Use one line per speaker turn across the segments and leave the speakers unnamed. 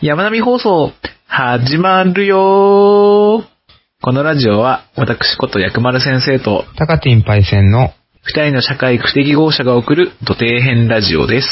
山並放送、始まるよーこのラジオは、私こと薬丸先生と、
タカティンパイセンの、
二人の社会不適合者が送る土底編ラジオです。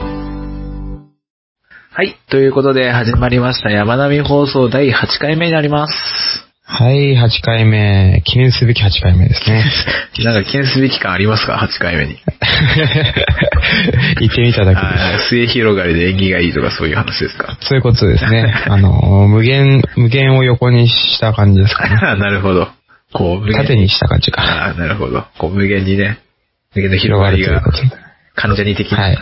はい。ということで、始まりました山並放送第8回目になります。
はい、8回目、記念すべき8回目ですね。
なんか記念すべき感ありますか ?8 回目に。
言ってみただけ
あー末広がりで縁起がいいとかそういう話ですか
そういうことですね。あの、無限、無限を横にした感じですかね。
なるほど。こう、無限
縦にした感じか。
ああ、なるほど。こう、無限にね、無限の広がりが
広がるということで、
関ジャニ的な。
はい。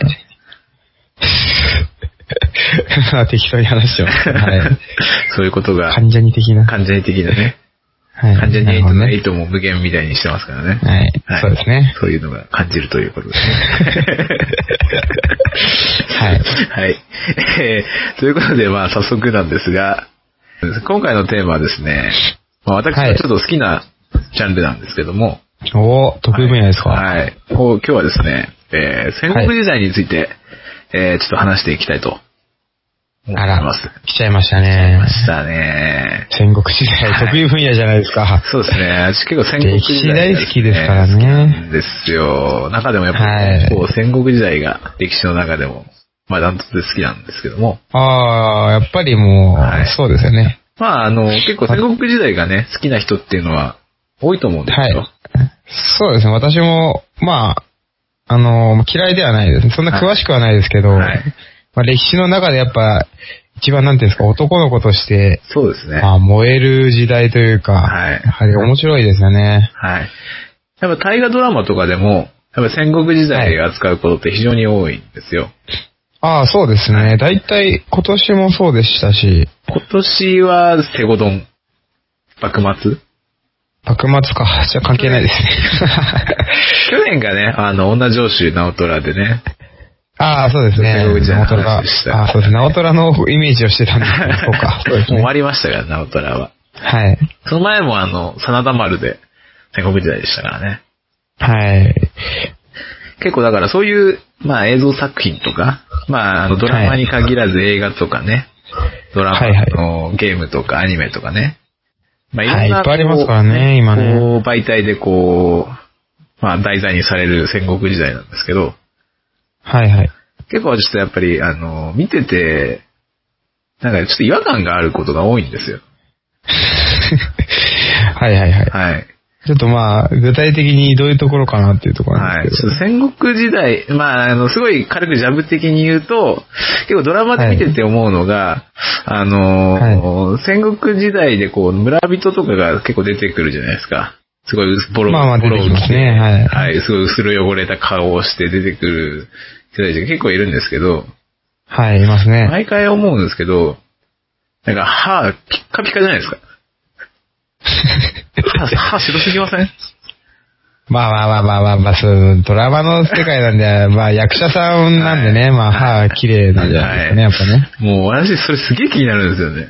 まあ 適当に話してます。はい。
そういうことが、
患者に的な。
関ジャニ的なね。
はい
関ジャニ8の
なる
8も無限みたいにしてますからね。
ほどねはい。そうですね。
そういうのが感じるということです
はい。
ね。 はい。えーということで、まあ、早速なんですが、今回のテーマはですね、まあ、私
は
の
い
ちょっと好きなジャンルなんですけども、
おー、得意分野ですか
はい。こう今日はですね、えー戦国時代について、えーちょっと話していきたいと思ってい
あら
ます。、
来ちゃいました
来
ね
ま。したね。
戦国時
はい
代、得意分野じゃないですか。
そうですね。私結構戦国時代、
歴史大好きですからね
好きなんですよ。中でもやっぱ、
はい
こう戦国時代が歴史の中でも、まあダントツで好きなんですけども。
ああ、やっぱりもう、
はい
そうですよね。
まああの、結構戦国時代がね、好きな人っていうのは多いと思うんです
はい
よ。。
そうですね。私も、まあ、あの、嫌いではないですね。そんな詳しくはないですけど、
はい
まあ、歴史の中でやっぱ、一番なんていうんですか、男の子として、
そうですね。
まあ、燃える時代というか、
はい
やはり面白いですよね。
はい。やっぱ大河ドラマとかでも、やっぱ戦国時代を扱うことって非常に多いんですよ。
ああ、そうですね。だいたい今年もそうでしたし、
今年はセゴドン。幕 末
幕末か。 じゃあ関係ないです ね。
去年がね、あの、女城主直虎でね、
ああ、そうですね。
戦国時代の
直虎が
話でした
ああ、そうですね。直虎のイメージをしてたんですけど、そ うか。 そうです
終
ね。
わりましたから、直虎は。
はい。
その前もあの、真田丸で戦国時代でしたからね。
はい。
結構だからそういう、まあ映像作品とか、まああのドラマに限らず映画とかね、ドラ
はいはい
マの、ゲームとかアニメとかね。まあ
は
ろ
い
んな、
いっぱいありますからね
こう
今ね
こう媒体でこう、まあ題材にされる戦国時代なんですけど、
はいはい。
結構ちょっとやっぱり、あの、見てて、なんかちょっと違和感があることが多いんですよ。
はいはいはい。
はい。
ちょっとまあ、具体的にどういうところかなっていうところな
は
ん
い。
です
ち
け
ょ
ど。
っと戦国時代、まあ、あの、すごい軽くジャブ的に言うと、結構ドラマで見てて思うのが、あのー戦国時代でこう、村人とかが結構出てくるじゃないですか。すごい薄ボロ、
まあまあ
ボ
出
ロ
て
を
き
着
ますね。は
は
い。
い、すごい薄る汚れた顔をして出てくる人たちが結構いるんですけど、
はい、いますね。
毎回思うんですけど、なんか歯、ピッカピカじゃない ですか。歯、歯白すぎません
まあまあまあまあまあまあ、そう、ドラマの世界なんで、まあ役者さんなんでね、まあ歯綺麗なんじゃないですかね、やっぱね。
もう私それすげえ気になるんですよね。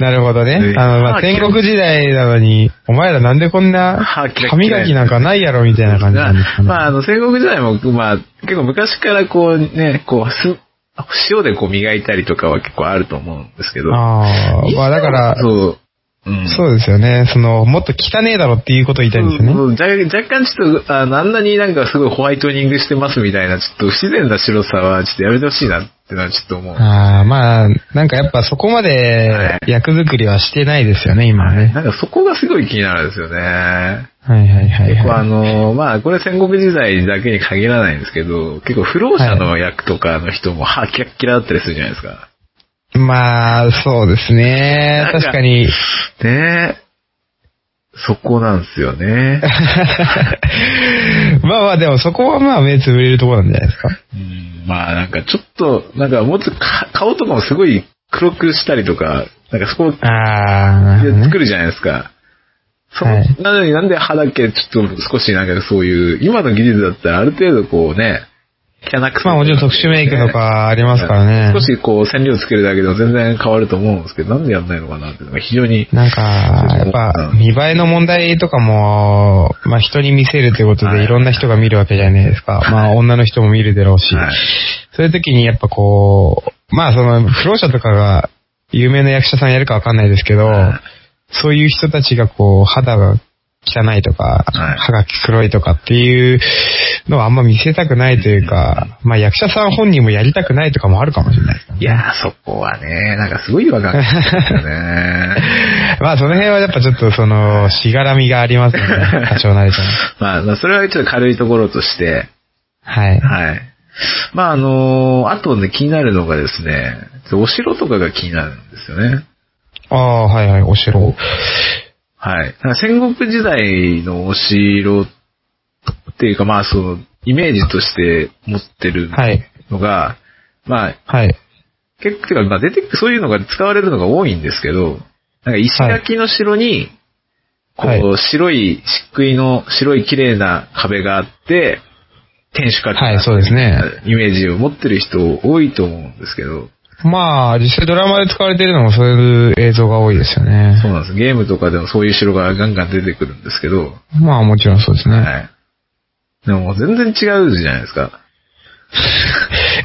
なるほどね。
ね
あの、ま
歯
あ、
綺麗
戦国時代なのに、お前らなんでこんな
歯キラッキラ
歯磨きなんかないやろみたいな感じなんですかね。
まあ、あの、戦国時代も、まあ、結構昔からこうね、こう、す塩でこう磨いたりとかは結構あると思うんですけど。
ああ、まあだから、
そう。うん。
そうですよね。その、もっと汚ねえだろっていうことを言いたいんですよね。
そうそう若若干ちょっと、あのあんなになんかすごいホワイトニングしてますみたいな、ちょっと不自然な白さはちょっとやめてほしいなってのはちょっと思う。
ああ、まあ、なんかやっぱそこまで役作りはしてないですよね、今はね。
なんかそこがすごい気になるんですよね。
はいはいはい、
結構あ
はい。
の、まあ、これ戦国時代だけに限らないんですけど、結構不老者の役とかの人も歯キラッキラだったりするじゃないですか。
まあ、そうですね
なん。か
確かに。
ねえ。そこなんですよ ね。
まあまあ、でもそこはまあ目つぶれるところなんじゃないですか。
うんまあなんかちょっと、なんかもっとか顔とかもすごい黒くしたりとか、なんかそこを
あー、
作るじゃないですか。そ
は
の
い
なのになんで歯だけちょっと少しなんかそういう、今の技術だったらある程度こうね、キャナク
まあもちろん特殊メイクとかありますからね
少。しこう染料つけるだけでも全然変わると思うんですけど、なんでやんないのかなっていうのが非常に、
なんか、やっぱ、見栄えの問題とかも、まあ人に見せるということ
はい
で、いろんな人が見るわけじゃないですか。まあ女の人も見るだろうし
はい。
そういう時にやっぱこう、まあその、不老者とかが、有名な役者さんやるかわかんないですけど
はい、
そういう人たちがこう、肌が汚いとか
はい、
歯が黒いとかっていうのはあんま見せたくないというか、まあ役者さん本人もやりたくないとかもあるかもしれないですね
いやーそこはね、なんかすごい違和感があるんですよね。
まあ、その辺はやっぱちょっと、その、しがらみがありますよ ね。多少なりとも。
まあ、まあそれはちょっと軽いところとして、
はい。
はい。まあ、あのーあとね、気になるのがですね、お城とかが気になるんですよね。
ああ、はいはい、お城。
はい。なんか戦国時代のお城っていうか、まあ、その、イメージとして持ってる
はい。
のが、まあ、
はい。
結構、てかまあ、出て、そういうのが使われるのが多いんですけど、なんか石垣の城に、こう、
はい
白い、漆喰の白い綺麗な壁があって、天守閣があって
はいそうですね
イメージを持ってる人多いと思うんですけど、
まあ、実際ドラマで使われてるのもそういう映像が多いですよね
そ。うなんです。ゲームとかでもそういう城がガンガン出てくるんですけど、
まあ、もちろんそうですね。
はい。でも全然違うじゃないですか。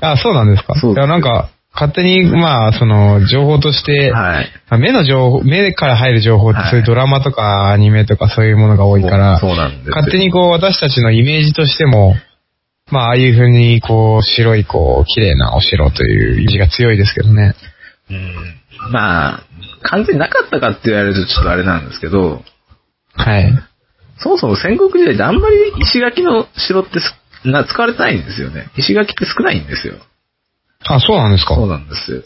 あ、そうなんですか。
そう
いや、なんか、勝手に、まあ、その、情報として、
はい。
あ目の情報、目から入る情報って
はい、
そういうドラマとかアニメとかそういうものが多いから、
そうそうなんですよ
勝手にこう、私たちのイメージとしても、まあ、ああいう風に、こう、白い、こう、綺麗なお城という意地が強いですけどね。
うん。まあ、完全になかったかって言われるとちょっとあれなんですけど、
はい。
そもそも戦国時代ってあんまり石垣の城ってすな使われてないんですよね。石垣って少ないんですよ。
あ、そうなんですか。
そうなんですよ。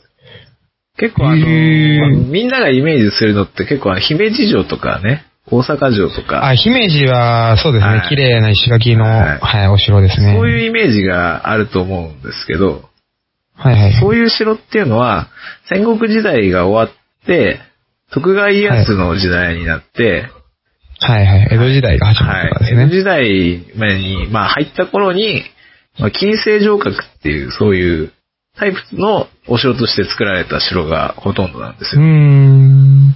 結構あの、
へー
まあみんながイメージするのって結構あの姫路城とかね、大阪城とか、
あ、姫路は、そうです
はい
ね、綺麗な石垣の、
はい
はい、お城ですね。
そういうイメージがあると思うんですけど、
はいはい。
そういう城っていうのは、戦国時代が終わって、徳川家康の時代になって、
はいはい。江戸時代が始ま
は
っ
い。
たからです
江戸
ね。
時代前に、まあ入った頃に、まあ、金星城郭っていう、そういうタイプのお城として作られた城がほとんどなんです
うー
よ。
ん。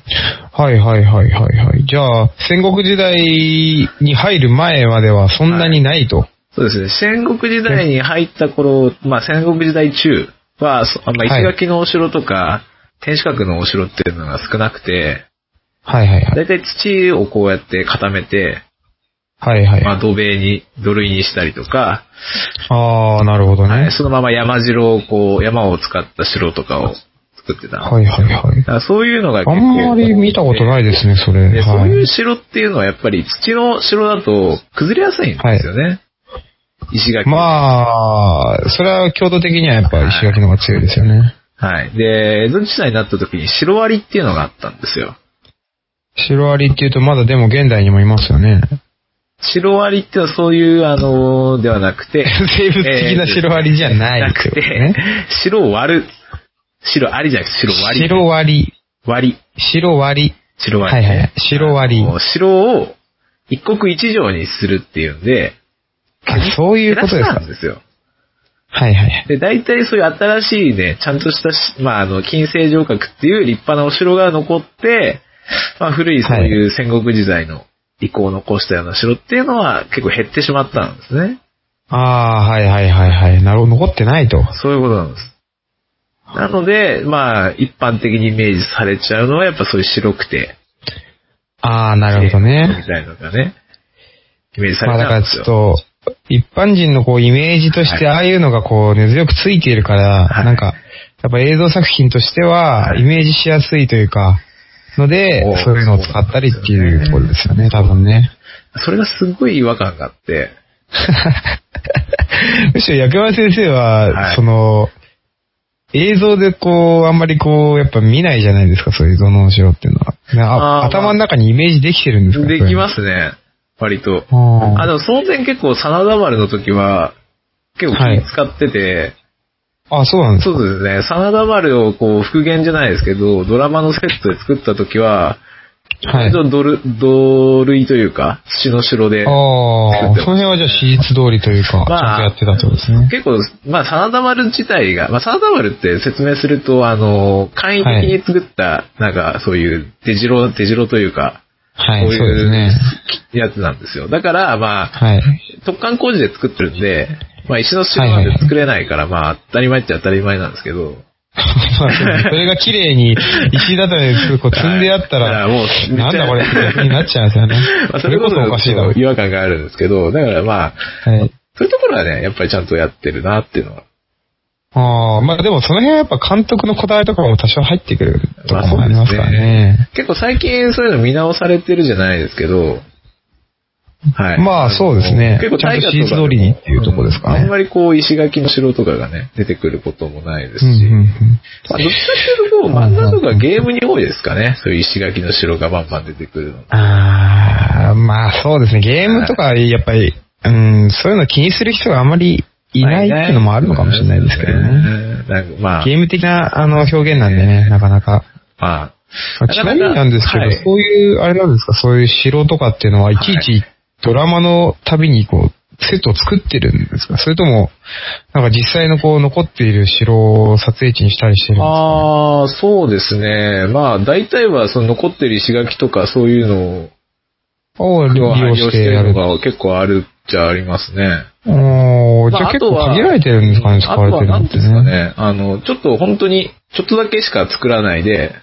はいはいはいはいはい。じゃあ、戦国時代に入る前まではそんなにないと。
そうですね。戦国時代に入った頃、まあ戦国時代中は、そまあ、
はい
石垣のお城とか、天守閣のお城っていうのが少なくて、
はいはいはい。
だいたい土をこうやって固めて、
はいはい。
まあ土塀に、土塁にしたりとか、
ああ、なるほどね。
そのまま山城をこう、山を使った城とかを作ってたんですよ
はいはいはい
だ。からそういうのが
あ
結構
んまり見たことないですね、それ。
でそ
は
ういう
い。
城っていうのはやっぱり土の城だと崩れやすいんですよね。石垣。
まあ、それは強度的にはやっぱ石垣の方が強いですよね。
はい。で、江戸時代になった時に城割りっていうのがあったんですよ。
シロアリっていうとまだでも現代にもいますよね。、
城割りっていうのはそういう、あのではなくて
生物的なシロアリじゃない
な
っ
く
てこ
て
とね。、
城を割る。城ありじゃなくて城割り。
シロアリ。
割り。
シロアリ。
城割り、ね。
はいはい城割り
あの城を一国一城にするっていうんで、
あ、そういうことです
減らし
か
たん。ですよ。
はいはい。
で、大体そういう新しいね、ちゃんとしたし、まあ、あの、金星城郭っていう立派なお城が残って、まあ、古いそういう戦国時代の遺構を残したような城っていうのは結構減ってしまったんですね。
ああー、はいはいはいはい。なるほど、残ってないと。
そういうことなんです。なので、まあ、一般的にイメージされちゃうのは、やっぱそういう白くて、
ああ、なるほど
み
ね。
たいなのがね、イメージさ
ま
れちゃ
あだ
う
か
ん
ら
です
ちょ
よ。
っと、一般人のこうイメージとしてああいうのがこう根強くついているから、
はい
なんか、やっぱ映像作品としては
はい
イメージしやすいというか、ので
おー、
そういうのを使ったりっていうところですよね、多分ね。
それがすごい違和感があって、
むしろ薬丸先生は、
はい
その、映像でこう、あんまりこう、やっぱ見ないじゃないですか、そういうどの城っていうのは。ね
あ
あ
ー
頭の中にイメージできてるんですか。
できますすね、割と。
あ
あ、
ー
でもその点結構、真田丸の時は、結構気使ってて、
あ、そうなんです
そうですね。真田丸をこう復元じゃないですけど、ドラマのセットで作った時は、
か。はい。
一
あ
応土塁土塁というか、土の城で、
あー、その辺はじゃあ史実通りというか、ち
まあ
ゃんとやってたってことですね。
結構、まあ、真田丸自体が、まあ、真田丸って説明すると、あの、簡易的に作った、なんか、そういう、出城、出城というか、
は
こう
い、
い
そうですね。
うやつなんですよ。だから、まあ、
はい。
突貫工事で作ってるんで、まあ、石の城なんで作れないから、まあ、当たり前っちゃ当たり前なんですけど、
そうですねそれが綺麗に石畳でこう積んであったら、
はいもう。
なんだこれって逆になっちゃうんですよね
まあ、
それこそおかしいだろ。
違和感があるんですけど、だからまあ、
はい。
そういうところはね、やっぱりちゃんとやってるなっていうのは。
ああ、まあでもその辺はやっぱ監督のこだわりとかも多少入ってくるとこ
ま
ろもありますからね。
結構最近そういうの見直されてるじゃないですけど、はい。
まあそうですね
結構大河とかでも
ちゃんと史実通りにっていうとこですかね
あんまりこう、石垣の城とかがね、出てくることもないですし、
うんうんう
ま
ん
あ、どっちかっていうとこう、漫画とかゲームに多いですかね。そういう石垣の城がバンバン出てくるの。
ああ、まあそうですね。ゲームとかやっぱり、うん、そういうの気にする人があんまりいないっていうのもあるのかもしれないですけどね。
なんかまあ、
ゲーム的なあの表現なんでね、なかなか。
まあ、
ちなみになんですけど、
はい
そういう、あれなんですか、そういう城とかっていうのは、いちいちドラマのたびにこう、セットを作ってるんですかそれとも、なんか実際のこう、残っている城を撮影地にしたりしてるんですか
ああ、そうですね。まあ、大体は、その残ってる石垣とかそういうのを
を利用してやる
の。が結構あるっちゃありますね。
おーじゃ
まあ
あ結
あと
構
は
限られてるんですかね、使
あと
われて
は
るの
何
っ
で
て
すか
ね。
ね。あの、ちょっと本当に、ちょっとだけしか作らないで、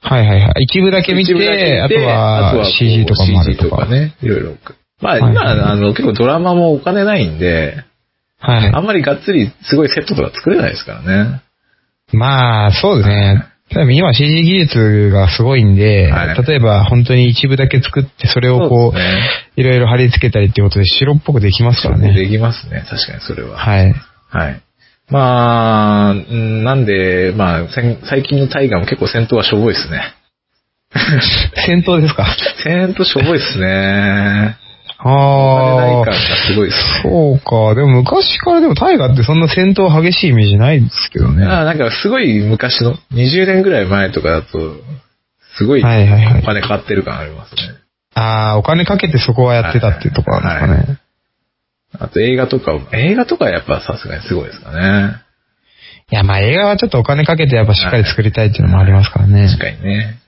はいはいはい。一部だけ見
一部だけ
て、あ
見
とは
こう
CG とかもある
CG
と
とか
か。
ね、いろいろ。まあ、
はい
今、あの、結構ドラマもお金ないんで、
はい
あ。んまりがっつりすごいセットとか作れないですからね。
まあ、そうですね。ただ今 CG 技術がすごいんで、
はい
例えば本当に一部だけ作って、それを
そう
こう、
ですね
いろいろ貼り付けたりっていうことで白っぽくできますからね。
できますね、確かにそれは。
はい。
はい。まあ、うんなんで、まあ、せん最近のタイガーも結構戦闘はしょぼいですね。
戦闘ですか
戦闘しょぼいですね。
あ
お金ない
あ
感。がすごいですね。
そうか。でも昔からでもタイガーってそんな戦闘激しいイメージないですけどね。
あなんかすごい昔の、20年ぐらい前とかだと、すごいお
はいはいはい
金買ってる感ありますね。
ああ、お金かけてそこはやってたっていうところなんですかね。
あと映画とかも、映画とかはやっぱさすがにすごいですかね。
いや、まあ映画はちょっとお金かけてやっぱしっかり作りたいっていうのもありますからね。
確かにね。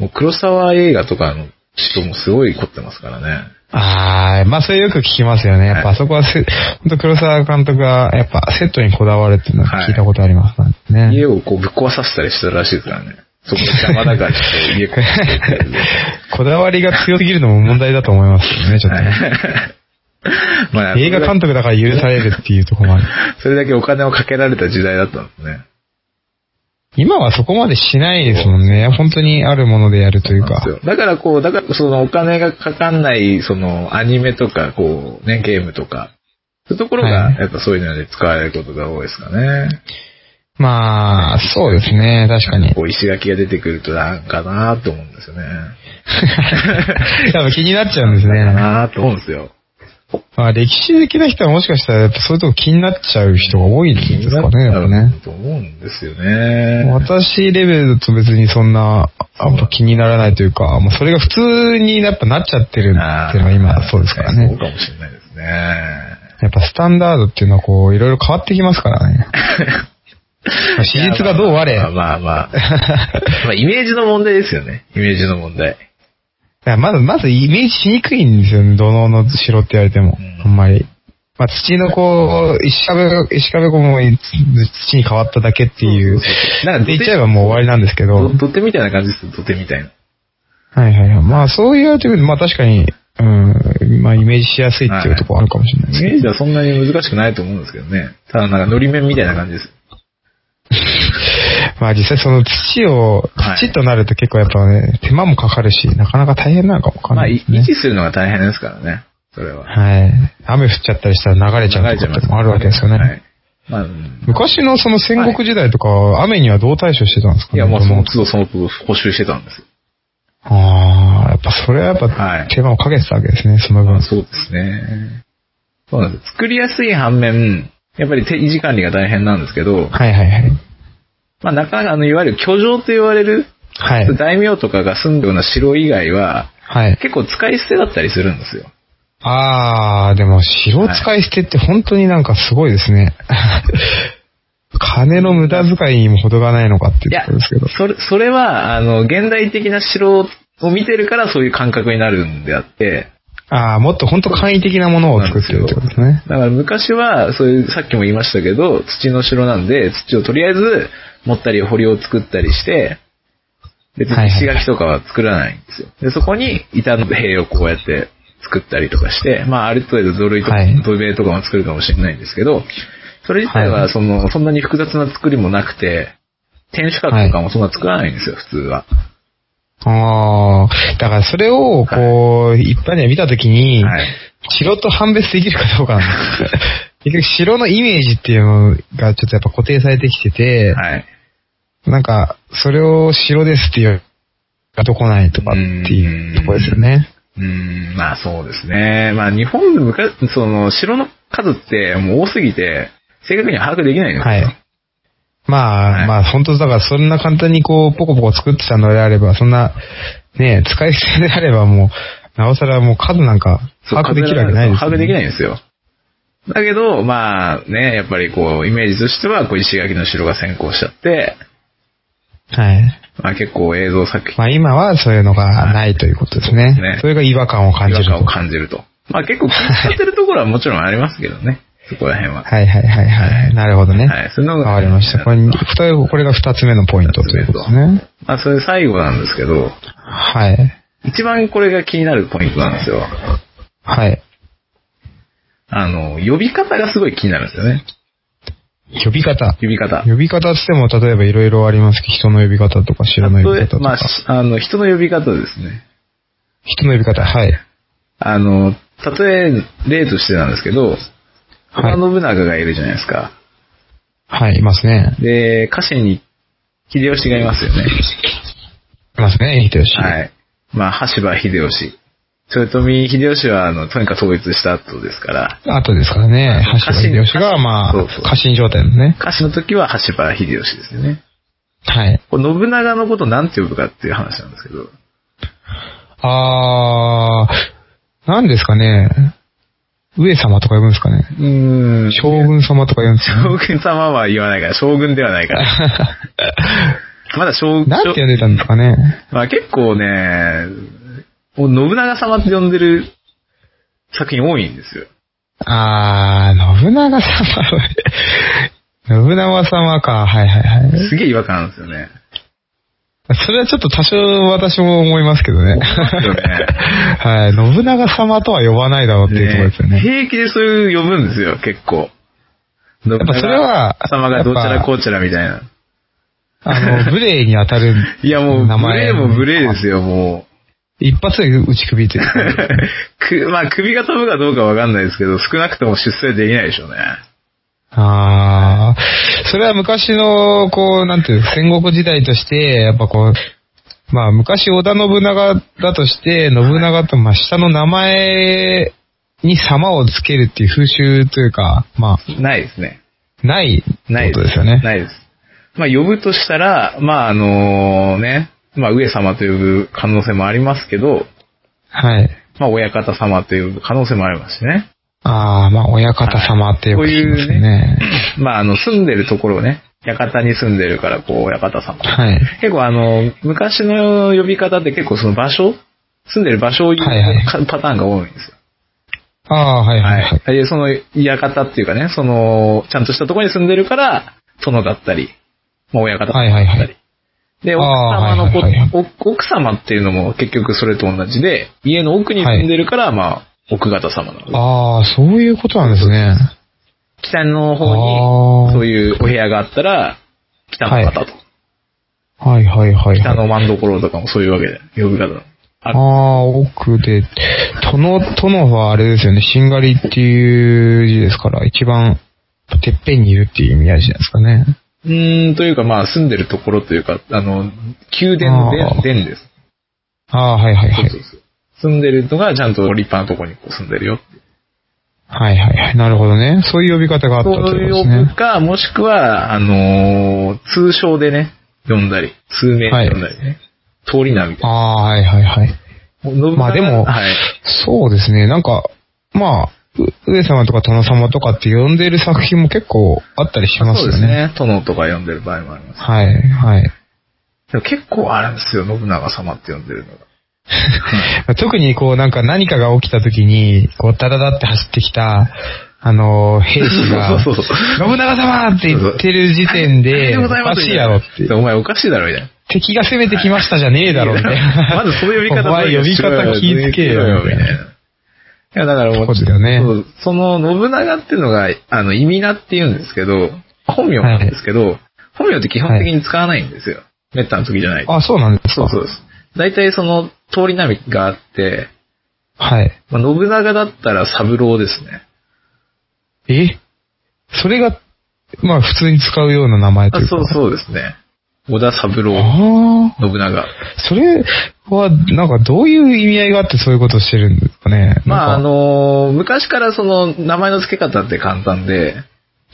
もう黒沢映画とかの人もすごい凝ってますからね。
ああ、まあそれよく聞きますよね。やっぱあそこはせ、本当黒沢監督が、やっぱセットにこだわるっていうのは聞いたことありますからね。
家をこうぶっ壊させたりしてたらしいですからね。そこで邪魔だからちょっと家壊して っていう
こだわりが強すぎるのも問題だと思いますよね、ちょっとね。
まあ
映画監督だから許されるっていうところもある。
それだけお金をかけられた時代だったんですね。
今はそこまでしないですもんね。本当にあるものでやるというか。
だからこう、だからそのお金がかかんない、そのアニメとか、こうね、ゲームとか、そういうところが
は、い
やっぱそういうので使われることが多いですかね。
まあ、そうですね、確か に。
こう石垣が出てくるとなんかなと思うんですよね。
多分気になっちゃうんです
なんか
ね。
なと思うんですよ。
まあ、歴史好きな人はもしかしたら、やっぱそういうとこ気になっちゃう人が多いんですかね、やっぱね。
と思うんですよね。
私レベルだと別にそんな、あんま気にならないというか、もうそれが普通にやっぱなっちゃってるっていうのが今そうですから
そう
ね。
かもしれないですね。
やっぱスタンダードっていうのはこう、いろいろ変わってきますか らね。まあ史実がどうあれ。
まあまあまあ。まあイメージの問題ですよね。イメージの問題。
いやまず、まずイメージしにくいんですよね。土のうの城って言われても
うん。
あんまり。まあ、土のこう、石壁が、石壁がもう土に変わっただけっていう。
なんか
で言っちゃえばもう終わりなんですけど。
ど土手みたいな感じですよ、土手みたいな。
はいはいはい。まあ、そういうというまあ確かに、うん、まあイメージしやすいっていうところあるかもしれないで
イ
すね。
メージはそんなに難しくないと思うんですけどね。ただなんか、のり面みたいな感じです。
まあ実際その土を
はい、
土となると結構やっぱね、手間もかかるし、なかなか大変なのかもわかん
まあ、
ない
い
ですね。
維持するのが大変ですからね。それは。
はい。雨降っちゃったりしたら流れちゃうとかってもあるわけですよね。
はい。まあ、うん
昔のその戦国時代とか、雨にはどう対処してたんですか
い
ね
や、もうその
う。
都度その都度補修してたんですよ。
ああ、やっぱそれはやっ
は
ぱ
い
手間をかけてたわけですね、その分。
そうですね。そうなんです。作りやすい反面、やっぱり手維持管理が大変なんですけど、
はいはいはい。
まあ、なかなかあの、いわゆる居城と言われる、
はい。
大名とかが住んでるような城以外は、
はい。
結構使い捨てだったりするんですよ。
あー、でも、城使い捨てって本当になんかすごいですね。金の無駄遣いにも程がないのかって
い
いう
や
ところですけど。、
それ、それは、あの、現代的な城を見てるからそういう感覚になるんであって、
あー、もっと本当簡易的なものを作ってるってことですね。
だから昔は、そういう、さっきも言いましたけど、土の城なんで、土をとりあえず、持ったり堀を作ったりして、別
はい
に
はい
石垣とかは作らないんですよ。で、そこに板の塀をこうやって作ったりとかして、まあ、ある程度土塁とか、
はい
土塀とかも作るかもしれないんですけど、それ自体
は
は、
い
その、そんなに複雑な作りもなくて、天守閣とかもそんな作らないんですよ、普通は。
あー、だからそれを、こう、一般には見たときに、
はい。
城と判別できるかどうかなん です結局、城のイメージっていうのがちょっとやっぱ固定されてきてて、
はい。
なんか、それを城ですっていう、どこないとかっていうとこですよね。
うーん、まあそうですね。まあ日本の昔、その、城の数ってもう多すぎて、正確には把握できないんですよ。
はい。まあ、
はい
まあ、本当だから、そんな簡単にこう、ポコポコ作ってたのであれば、そんな、ね、使い捨てであればもう、なおさらもう数なんか、
そう
把握できるわけないです、ね。。
把握できないいんですよ。だけど、まあね、やっぱりこう、イメージとしては、こう、石垣の城が先行しちゃって、
はい。
まあ結構映像作品
まあ、今はそういうのがないということですね。
ね
それが違和感を感
違
じる
和
と。
感を感じると。まあ結構気に使ってるところはもちろんありますけどね。そこら辺は。
はいはいはいはい。なるほどね。
はい。その
わかりました。これ、二これが二つ目のポイントということですね。
まあそれ最後なんですけど、
はい。
一番これが気になるポイントなんですよ。
はい。
あの、呼び方がすごい気になるんですよね。
呼び方。
呼び方。
呼び方っつっても、例えばいろいろありますけど、人の呼び方とか、城の呼び
例え
方と
まあ、
か
し。あの、人の呼び方ですね。
人の呼び方、はい。
あの、例え例としてなんですけど、織田
はい。
信長がいるじゃないですか。
はい、いますね。
で、家臣に秀吉がいますよね。
いますね、秀吉。
はい。まあ、羽柴秀吉。豊臣秀吉は、あの、とにかく統一した後ですから、
あとですからね、
はい
橋秀吉が、まあ
そうそう、
過信状態のね。
家臣の時は羽柴秀吉ですよね。
はい。
これ信長のことなんて呼ぶかっていう話なんですけど、
あー、なんですかね。上様とか呼ぶんですかね。
うーん、将
将軍様とか呼ぶんですかね
軍様は言わないから、将軍ではない から。まだ将軍、
なんて呼んでたんですかね。
まあ結構ね、もう信長様って呼んでる作品多いんですよ。
あー、信長様。 信長様か。はいはいはい。
すげえ違和感あるんですよね。
それはちょっと多少私も思いますけどね。
ますよね
はい。信長様とは呼ばないだろうっていうところです よね。
平気でそういう呼ぶんですよ、結構。やっ
ぱそれは
様がどうちゃらこうちゃらみたいな。
あの、無礼に当たる。
いやもう、
名
無
前
礼も無礼ですよ、もう。
一発で打ち首という。
くまあ、首が飛ぶかどうかわかんないですけど、少なくとも出世できないでしょうね。
ああ。それは昔の、こう、なんていう、戦国時代として、やっぱこう、まあ昔織田信長だとして、信長と、まあ下の名前に様をつけるっていう風習というか、ま
ないですね。
あ、ないって
ない
ことですよね。
ないです。まあ、呼ぶとしたら、まあ、あのね、まあ、上様と呼ぶ可能性もありますけど、
はい。
まあ、親方様と呼ぶ可能性もありますしね。
ああ、まあ親方様ってよく言いますよね。
まあ、あの、住んでるところをね、館に住んでるから、こう、親方様。
はい。
結構あの、昔の呼び方って結構その場所住んでる場所を言う
はいはい
かパターンが多いんですよ。
ああ、はいはいはい。
でその、館っていうかね、その、ちゃんとしたところに住んでるから、殿だったり、まあ、親方だった
は
り。
いはいはい。
で、
あー
奥様の
はいはいはい
こお奥様っていうのも結局それと同じで、家の奥に住んでるから、まあ、奥方様なの。
ああ、そういうことなんですね。
北の
あ
方に、
ー
そういうお部屋があったら、北の方と。
はいはいはい、はい。
北の真ん所とかもそういうわけで、呼び方。あ
ああ、奥で、殿、殿はあれですよね、しんがりっていう字ですから、一番、てっぺんにいるっていう意味合いじゃないですかね。
うーん、というか、まあ、住んでるところというか、あの、宮殿
あー
の殿です。
ああ、はいはい
そ
は
う
い
そう。そう。住んでるのが、ちゃんと立派なところにこう住んでるよって。
はいはいはい。なるほどね。そういう呼び方があった
そ
と
う
い
いうう
ことで
呼
す
ぶ
ね。
か、もしくは、あのー通称でね、呼んだり、通名で呼んだりね。通り名みたい
ああ、はいはいはい。
な。信長
まあでも
はい。
そうですね。なんか、まあ、う上様とか殿様とかって呼んでる作品も結構あったりします
そう
よ
です
ね。
ね。殿とか呼んでる場合もあります。
はい、はい。
でも結構あるんですよ、信長様って呼んでるのが。
特にこうなんか何かが起きた時に、こうダダダって走ってきた、あの、兵士が、
そうそうそうそう
信長様って言ってる時点で、
お
おかしいやろって。
お前おかしいだろ、みたいな。
敵が攻めてきましたじゃねえだろ、みたいな。
まずその呼び方
お前呼び方気ぃつけよ、みたいな。。
いや、だからもう、
そうですよね
そうその、信長っていうのが、あの、意味名って言うんですけど、本名なんですけど、本名って基本的に使わないんですよ。滅多な時じゃないと。
あ、そうなんですか。
そうそうです。大体その、通り並みがあって、
はい。
まあ、信長だったら三郎ですね。
えそれが、まあ普通に使うような名前と
あ
いうか。
そうそうですね。小田三郎、
ああ。
信長。
それは、なんかどういう意味合いがあってそういうことをしてるんですかね。
まあ、あ
なんか、
のー昔からその、名前の付け方って簡単で、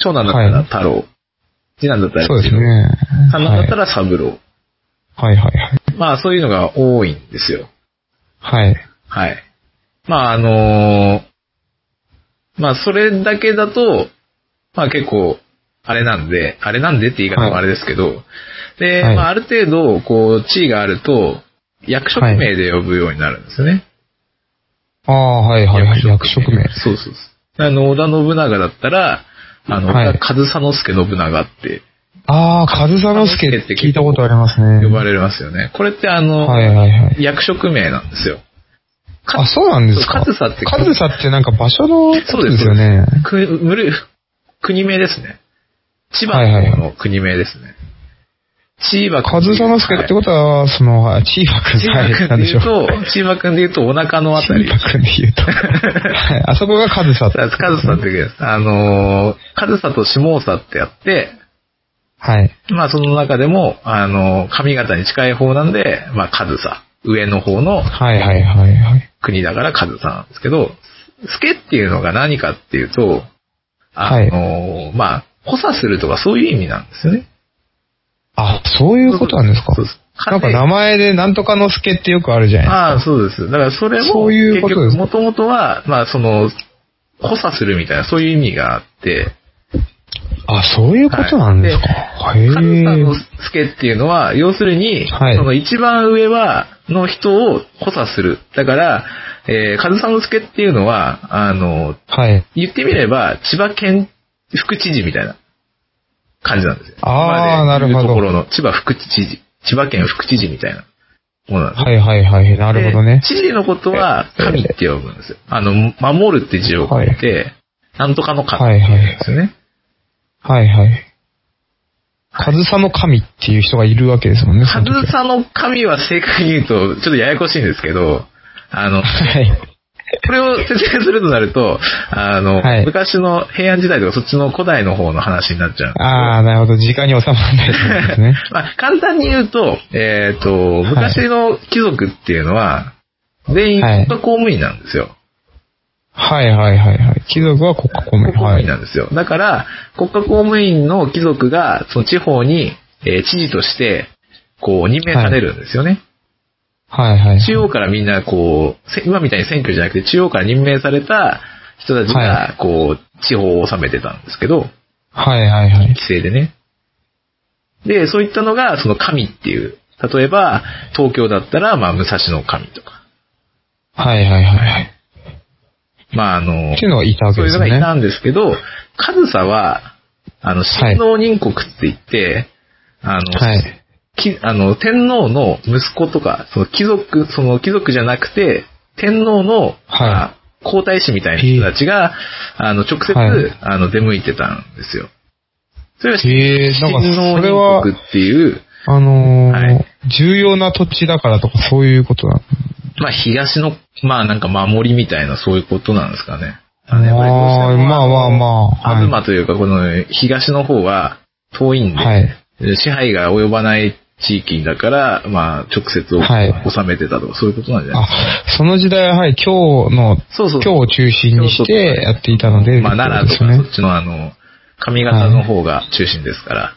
長男だったら太郎、次男だったら
そうです
郎、
ね。
三男だった
ら、
ら三郎、
はい、はいはいはい。
まあ、そういうのが多いんですよ。
はい。
はい。まあ、あのーまあ、それだけだと、まあ、結構、あれなんで、あれなんでって言い方もあれですけど、で、
はい
まあ、ある程度、こう、地位があると、役職名で呼ぶようになるんですよね。
ああ、はいはいはい。役
役
職名。
そうそうそう。あの、織田信長だったら、あの、
はい
織田上総介信長って
ああ、カズサノスケって聞いたことありますね。
呼ばれますよね。これってあの、
はいはいはい。
役職名なんですよ。か
あ、そうなんです
そ
か。
うカズサって
カズサってなんか場所のことですよね。
くむる国名ですね。千葉
はいはいはい
の国名ですね。千葉
カズサノスケってことは、その、はいチーファくん、
千
は
葉
い、な
君
ん
で
でし
言
ょ
う
う。
と、千葉君で言うとお腹のあたり。
チーファくんで言うと。はいあそこがカズサって。
カズサって言うんです。あのー、カズサと下サってあって、
はい。
まあその中でも、あの、髪型に近い方なんで、まあ上総。上の方の
はいはいはいはい。
国だから上総なんですけど、スケっていうのが何かっていうと、あの、まあ、補佐するとかそういう意味なんですよね。
あ、そういうことなんですか
そうです。
なんか名前でなんとかのすけってよくあるじゃない
ああ、そうです。だからそれも、
そういうことです
もともとは、まあその、補佐するみたいな、そういう意味があって、
あ、そういうことなんですか。へえ。
カズさんの助っていうのは、要するに、
はい
その一番上は、の人を補佐する。だから、えー、カズさんの助っていうのは、あの、
はい。
言ってみれば、千葉県副知事みたいな感じなんですよ。
あー
今まで言う
なるほど
ところの、千葉副知事、千葉県副知事みたいなものなんです。
はいはいはい。なるほどね
で。知事のことは、神って呼ぶんですよ。あの、守るって字を書いて、なんとかの神って言うんですよね。
はいはい。カズサの神っていう人がいるわけですもんね。そ
カ
の時は
ズサの神は正確に言うと、ちょっとややこしいんですけど、あの、
はい。
これを説明するとなると、あの、
はい
昔の平安時代とかそっちの古代の方の話になっちゃうんですけど
ああ、なるほど。時間に収まらないですね。
まあ、簡単に言うと、えっ、と、昔の貴族っていうのは、全員
はい
国家公務員なんですよ。
はいはいはいはい。貴族は国家公
国
務
家
員。
公
は
務員
い。
なんですよ。だから、国家公務員の貴族が、その地方に、えー知事として、こう、任命されるんですよね。
はいはい。
中央からみんな、こう、せ今みたいに選挙じゃなくて、中央から任命された人たち
は
が、こう、地方を治めてたんですけど、
はいはいはい。
規制でね。で、そういったのが、その神っていう、例えば、東京だったら、まあ、武蔵の神とか、
はいはいはいはい。
まあ、あの
って、いうのがいたわ
そ
け
う
で
いう
す
の
よ
がい
ね。
たんですけど、上総は、あの、
は
神
い
農人国って言って、あの、
はい。
きあの、天皇の息子とか、その貴族、その貴族じゃなくて、天皇の、
はい
まあ皇太子みたいな人たちが、あの、直接、
はい
あの、出向いてたんですよ。それは、
へーなんか
神農
それは
人国っていう、
あのー
はい
重要な土地だからとかそういうことなん
まあ、東の、まあ、なんか守りみたいな、そういうことなんですかね。
あーまあまあまあはい
東というか、この東の方は遠いんで、
はい。
支配が及ばない地域だから、まあ、直接を
はい
収めてたとか、そういうことなんじゃない
あ、その時代は、はい、今日の、
そうそう
今日を中心にしてやっていたので、
まあ、奈良と
って
か
こ
そ
とで
っちのあの、髪型の方が中心ですから。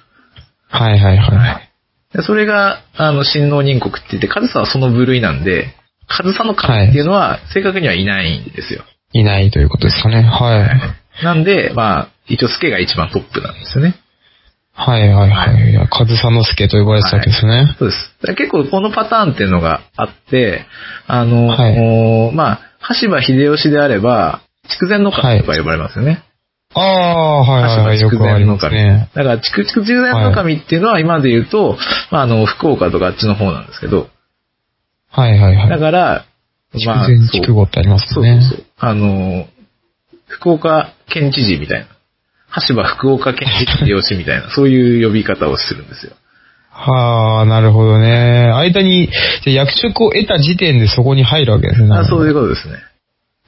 すね。はいはいはい。
でそれが、あの、神農人国って言って、上総はその部類なんで、上総の神っていうのは、正確にはいないんですよ。
いないということですかね。はい。
なんで、まあ、一応、助が一番トップなんですよね。
はいはいはい。いや、上総介と呼ばれてたわけですね。
そうです。だから結構、このパターンっていうのがあって、あの、
は
まあ、羽柴秀吉であれば、筑前の神とか呼ばれますよね。
ああ、はいはいはい。よ
筑
くあ
前
り
の
ます
神。
ね。
だから、筑筑前の神っていうのは、今で言うと、まあ、あの、福岡とかあっちの方なんですけど、
はいはいは
だ
い。
から、
筑
まあ
前
そう
筑後ってあります
そう
ね。
そうそう。あの、福岡県知事みたいな。橋場福岡県知事吉みたい な、そういう呼び方をするんですよ。
はあ、なるほどね。間に、じゃあ役職を得た時点でそこに入るわけですね。
あそういうことですね。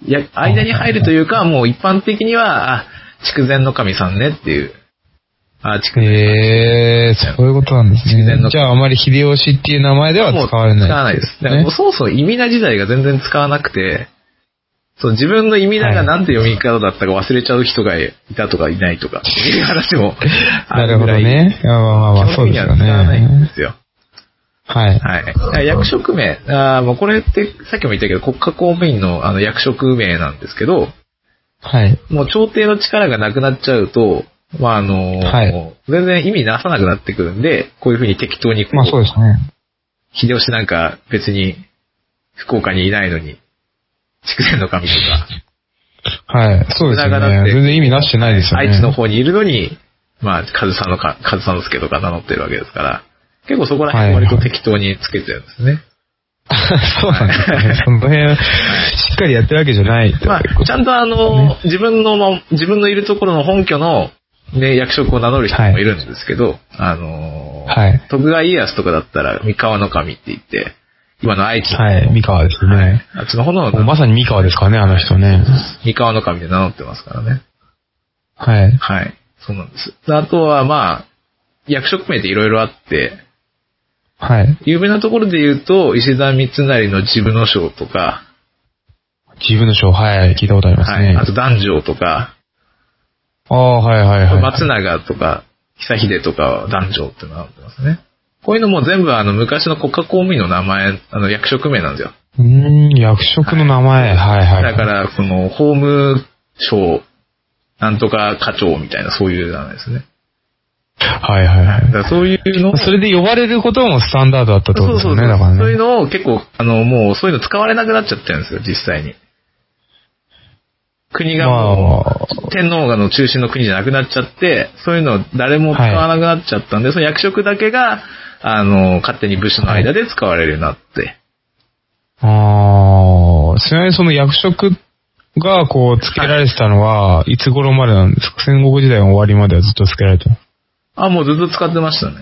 いや、間に入るというか、もう一般的には、あ、筑前の神さんねっていう。あ、筑前
ええそういうことなんです
筑前の
ね。じゃああまり秀吉っていう名前では
もう
使われない。
使わないです。だからもうそもそも意味名自体が全然使わなくて、そう自分の意味名がなんて読み方だったか忘れちゃう人がいたとかいないと か、っていう話もあ
なるほ
ぐ
ど
らい
ね。いやまあまあまあ、
基
そ
本
う
的
で
には
すよ
使わないん
ね。
ですよ。
はい。
はい。だから役職名、あーもうこれって、さっきも言ったけど、国家公務員のあの役職名なんですけど、
はい。
もう朝廷の力がなくなっちゃうと、まああのー
はい
全然意味なさなくなってくるんで、こういうふうに適当にこう、
まあそうですね。
秀吉なんか別に福岡にいないのに、筑前の神と か、
はい。そうです
だか
よ
らだっ
ね。
て
全然意味なしてないですよね。
愛知の方にいるのに、まあ、上総のか、上総介とか名乗ってるわけですから、結構そこら辺割と適当につけてるんですね。
そうなんですね。 その辺、しっかりやってるわけじゃないと
まあ、ちゃんとあの、自分のま、自分のいるところの本拠の、ね、役職を名乗る人もいるんですけど、あのー
はい
徳川家康とかだったら、三河の神って言って、今の愛知、
はい。三河ですね。
あっちの方の
もうまさに三河ですからね、あの人ね。
三河の神で名乗ってますからね。
はい。
はい。そうなんです。あとは、まあ、役職名っていろいろあって、
はい。
有名なところで言うと、石田三成の自分の章とか、
自分の章、はい。聞いたことあります
はい、
ね
あ。と男女とか、
ああ、はいはいはい。
松永とか、久秀とかは男女って名乗ってますね。こういうのも全部あの昔の国家公務員の名前、あの役職名なんですよ。
うーん、役職の名前、はいはい。
だか、ら、この法務省、なんとか課長みたいな、そういう名前ですね。
はいはいは
だからそういうのを
い。それで呼ばれることもスタンダードだったってこと
そうそ
ですよ
うそう。
ね、だから
そういう
ね。
のを結構、あの、もうそういうの使われなくなっちゃってるんですよ、実際に。国がも
ま
う、天皇がの中心の国じゃなくなっちゃって、そういうの誰も使わなくなっちゃったんで、その役職だけが、あの、勝手に武士の間で使われるようになって。
あ、ああ、ちなみにその役職がこう、つけられてたのは、いつ頃までなんですか戦国時代の終わりまではずっとつけられてたの
あ、もうずっと使ってましたね。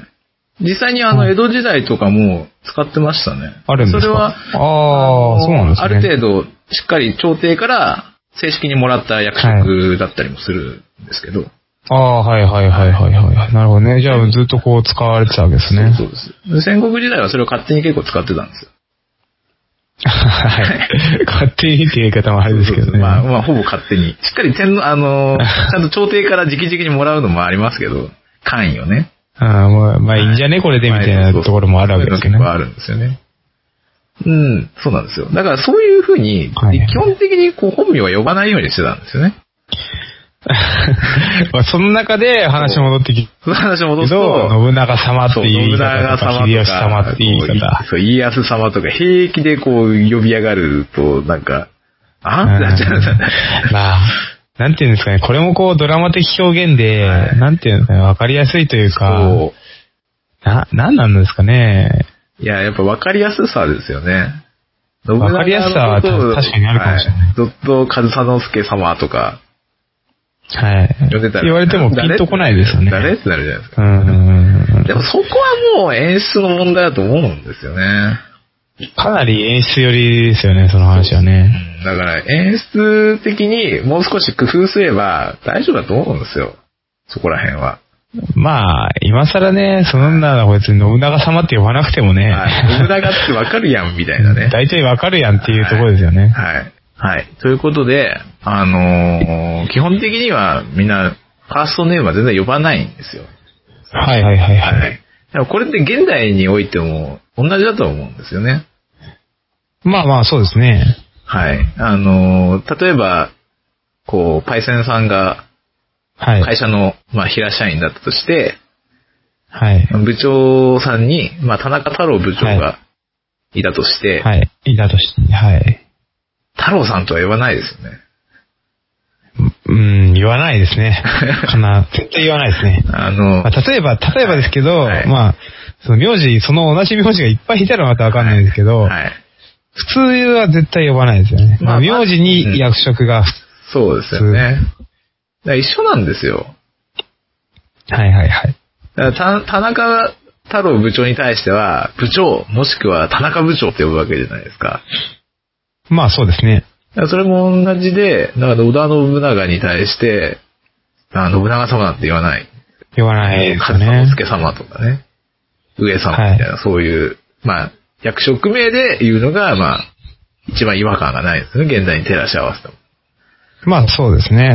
実際にあの、
はい
江戸時代とかも使ってましたね。
あるんですか
それは、
ああ、そうなんですね。
ある程度、しっかり朝廷から正式にもらった役職だったりもするんですけど。
ああ、はいはいはいはいはい。なるほどね。じゃあずっとこう使われてたわけですね。
そうそうです。戦国時代はそれを勝手に結構使ってたんですよ。
はい。勝手にっていう言い方もあれですけどね。
まあ、まあ、ほぼ勝手に。しっかり天皇、あ のー、ちゃんと朝廷から直々にもらうのもありますけど、官位をね。
ああ、もうまあいいんじゃねこれでみたいなところもあるわけですけど
そう
ね
いう。の結構あるんですよね。うん、そうなんですよ。だからそういうふうに、
はい
基本的にこう本名は呼ばないようにしてたんですよね。
まあその中で話戻ってきて
その話戻
けど、
すと、
信長様って
そう、
いう言
信
い
長
方と
様
か、
とか、
秀吉様っていう言い
こ
方
う。そう、家康様とか平気でこう呼び上がると、なんか、あんってなっちゃ うんですよね。
まあ、なんていうんですかね、これもこうドラマ的表現で、
はい
なんていうんですかね、わかりやすいという
そ
か、
う。
な、なんなんですかね。
いや、やっぱ分かりやすさですよね。
わかりやすさは確かにあるかもしれない
はドット、カズサノスケ様とか、
はい。
呼んでたら。
言われてもピンとこないですよね。
誰ってなるじゃないですか。
うんうんうん
でもそこはもう演出の問題だと思うんですよね。
かなり演出寄りですよね、その話は
う
ね。
んだから演出的にもう少し工夫すれば大丈夫だと思うんですよ。そこら辺は。
まあ、今更ね、そんなの別に信長様って呼ばなくてもね、
はい。信長ってわかるやん、みたいな ね。
大体わかるやんっていうところですよね。
はい。はい。ということで、あのー基本的にはみんな、ファーストネームは全然呼ばないんですよ。
はいはいはいはい。
い。でもこれって現代においても同じだと思うんですよね。
まあまあ、そうですね。
はい。あのー例えば、こう、パイセンさんが
はい。
会社の、まあ、平社員だったとして、
はい。
部長さんに、まあ、田中太郎部長
は
がいたとして、
はい。いたとして、はい。
太郎さんとは呼ばないですよね。
うん、言わないですね。かな。絶対言わないですね。
あの
まあ、例えば、例えばですけど、
はい
まあ、その名字、その同じ名字がいっぱいいたらまたわかんないですけど、
はい。
普通は絶対呼ばないですよね。
ま
ま
あ
あ、名字に役職が、
そうですよね。だから一緒なんですよ。
はいはいはい。
だから田田中太郎部長に対しては、部長、もしくは田中部長って呼ぶわけじゃないですか。
まあそうですね。
だからそれも同じで、だから織田信長に対して、あ信長様なんて言わない。
呼ばないです
上
よね
総。介様とかね。上様みたいな、そういう、まあ、役職名で言うのが、まあ、一番違和感がないですね。現代に照らし合わせても。
まあそうです ね。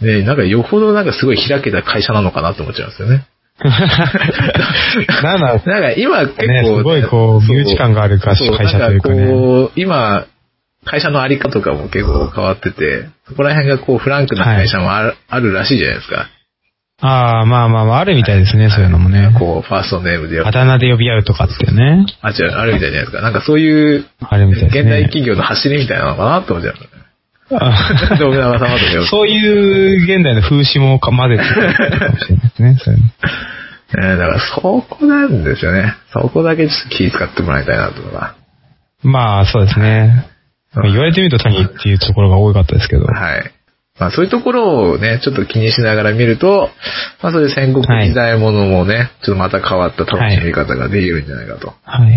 ね。で、なんかよほどなんかすごい開けた会社なのかなと思っちゃうんですよ ね。
なんだろう
なんか今結構、
ねすごいこう
そう
身内感がある会社
そ
会社というかね
なんこう、今、会社のあり方とかも結構変わってて、そこら辺がこうフランクな会社もある,、あるらしいじゃないですか。
ああ、まあまあまあ、あるみたいですね、そういうのもね。
こう、ファーストネームで呼ぶ
あだ名で呼び合うとかってね。
あ、違う、あるみたいじゃないですか。なんかそういう、
あるみたいですね
現代企業の走りみたいなのかなと思っちゃう。
あ
信長様と呼ぶ。
そういう現代の風刺もか混ぜてるかもしれないですね、そういうの。
えーだからそこなんですよね。そこだけちょっと気遣ってもらいたいなとか。
まあ、そうですね。まあ言われてみると谷っていうところが多かったですけど。
はい。まあそういうところをね、ちょっと気にしながら見ると、まあそういう戦国時代ものもね、ちょっとまた変わった楽しみ方ができるんじゃないかと。
はい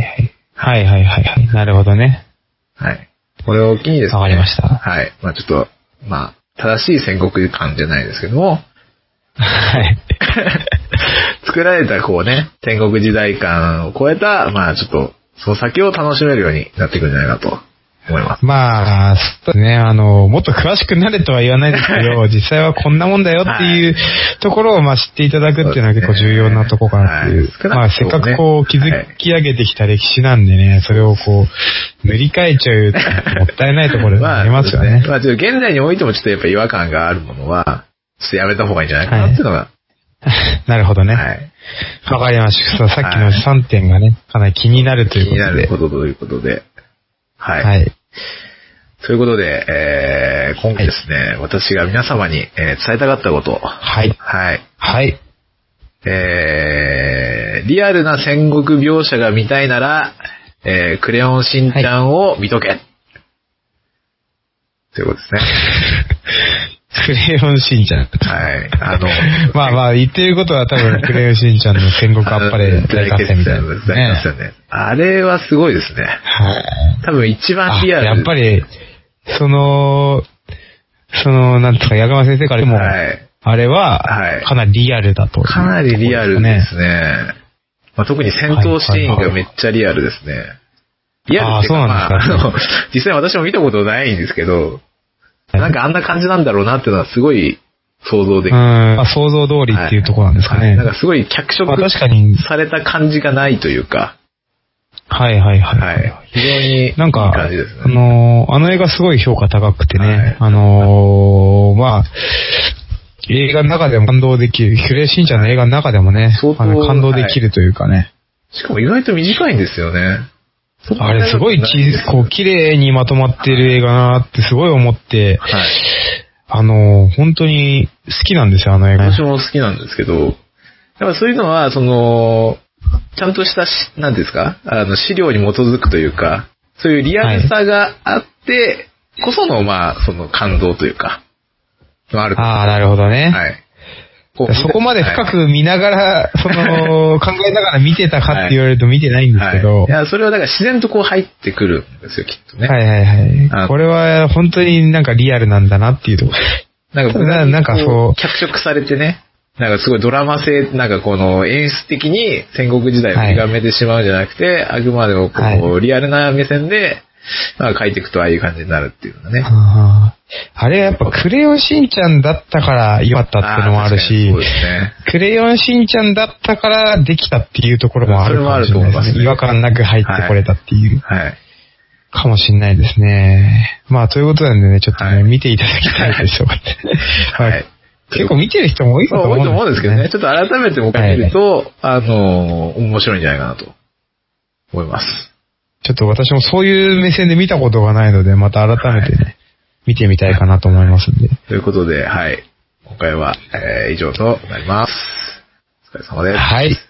はい。はいはいはいはい。なるほどね。
はい。これを機にですね。
わかりました
はい。まあちょっと、まあ、正しい戦国感じゃないですけども、
はい。
作られたこうね、戦国時代感を超えた、まあちょっと、その先を楽しめるようになっていくんじゃないかと思います。
まあ、そうですね。あの、もっと詳しくなれとは言わないですけど、実際はこんなもんだよっていうところを、まあ、知っていただくっていうのは結構重要なとこかなっていう。
そうですねはい
まあ、せっかくこう、
少
築
なく
き上げてきた歴史なんでね、それをこう、塗り替えちゃう、もったいないところではありますよね。
まあ、ちょっと現在においてもちょっとやっぱ違和感があるものは、ちょっとやめた方がいいんじゃないかなっていうのが、
なるほどね。
はい。
わかりました。さっきの3点がね、かなり気になると
気
いうこ
にな
とで
る。ことということで。はい。
はい。
ということで、えー、今回ですね、私が皆様に、えー伝えたかったこと。
はい。
はい。
はい。
えー、リアルな戦国描写が見たいなら、えー、クレヨンしんちゃんを見とけ。ということですね。
クレヨンしんちゃん。
はい。あの、
まあまあ、言ってることは多分、クレヨンしんちゃんの戦国あっぱれ大合戦みたいな、
大合戦ね。あれはすごいですね。
はい。
多分一番
あ、
リアル。
やっぱり、その、その、なんですか、矢川先生からも、
はい。
あれ
はい
は、かなりリアルだと。
かなりリアルですね。まあ、特に戦闘シーンがめっちゃリアルですね。リアルっていうか、まあ、
あーそう
あ
なん
の、 実際私も見たことないんですけど、
はい
なんかあんな感じなんだろうなっていうのはすごい想像
う
できる。
ん。まあ、想像通りっていうところなんですか
はい
ね。
なんかすごい脚色
まあ、確かに、
された感じがないというか、
はいはいはい。
はい。非常にいい
なんか、
感じです
あ
ね。
のーあの映画すごい評価高くてね、
はい
あのーまあ、映画の中でも感動できる、キュレイシンちゃんの映画の中でもね、
相当
あの感動できるというかね、
しかも意外と短いんですよね。
あれすごいちこう、綺麗にまとまってる映画なってすごい思って、
はい。
あのー本当に好きなんですよ、あの映画。
私も好きなんですけど、やっぱそういうのは、その、ちゃんとしたし、なんていうんですか、あの、資料に基づくというか、そういうリアルさがあって、こその、まあ、その感動というか、のある。は
ああ、なるほどね。
い。こう
そこまで深
は
く見ながら、そ の、考えながら見てたかって言われると見てないん
い
ですけど、
はい。いや、それはだから自然とこう入ってくるんですよ、きっとね。
はいはいは
あ
い。これは本当になんかリアルなんだなっていうところ。
なんか、
ただなんかそう
脚色されてね、なんかすごいドラマ性、なんかこの演出的に戦国時代を歪めてしまうんじゃなくて、あくまでもこう、
は
リアルな目線で、まあ書いていくとああいう感じになるっていうのね。
あーあれはやっぱクレヨンしんちゃんだったから良かったっていうのもあるし
あー確かにそうですね
クレヨンしんちゃんだったからできたっていうところもあるかもしれな
それもあると思
い
いま
ですす
ね
ね。違和感なく入ってこれたっていう、
はい。
かもしれないですね。まあということなんでね、ちょっとね、
はい
見ていただきたいでしょうかね
はい
まあ結構見てる人も多いか
まあ
と思
多いと思う
うんん
で
ですす
け
け
ど
ど
ね、ち。ょ
ね
っと改めてもう一回見ると、あのー、面白いんじゃないかなと思います。
ちょっと私もそういう目線で見たことがないので、また改めてね、見てみたいかなと思いますんで。
ということで、はい。今回は、えー以上となります。お疲れ様です。
はい。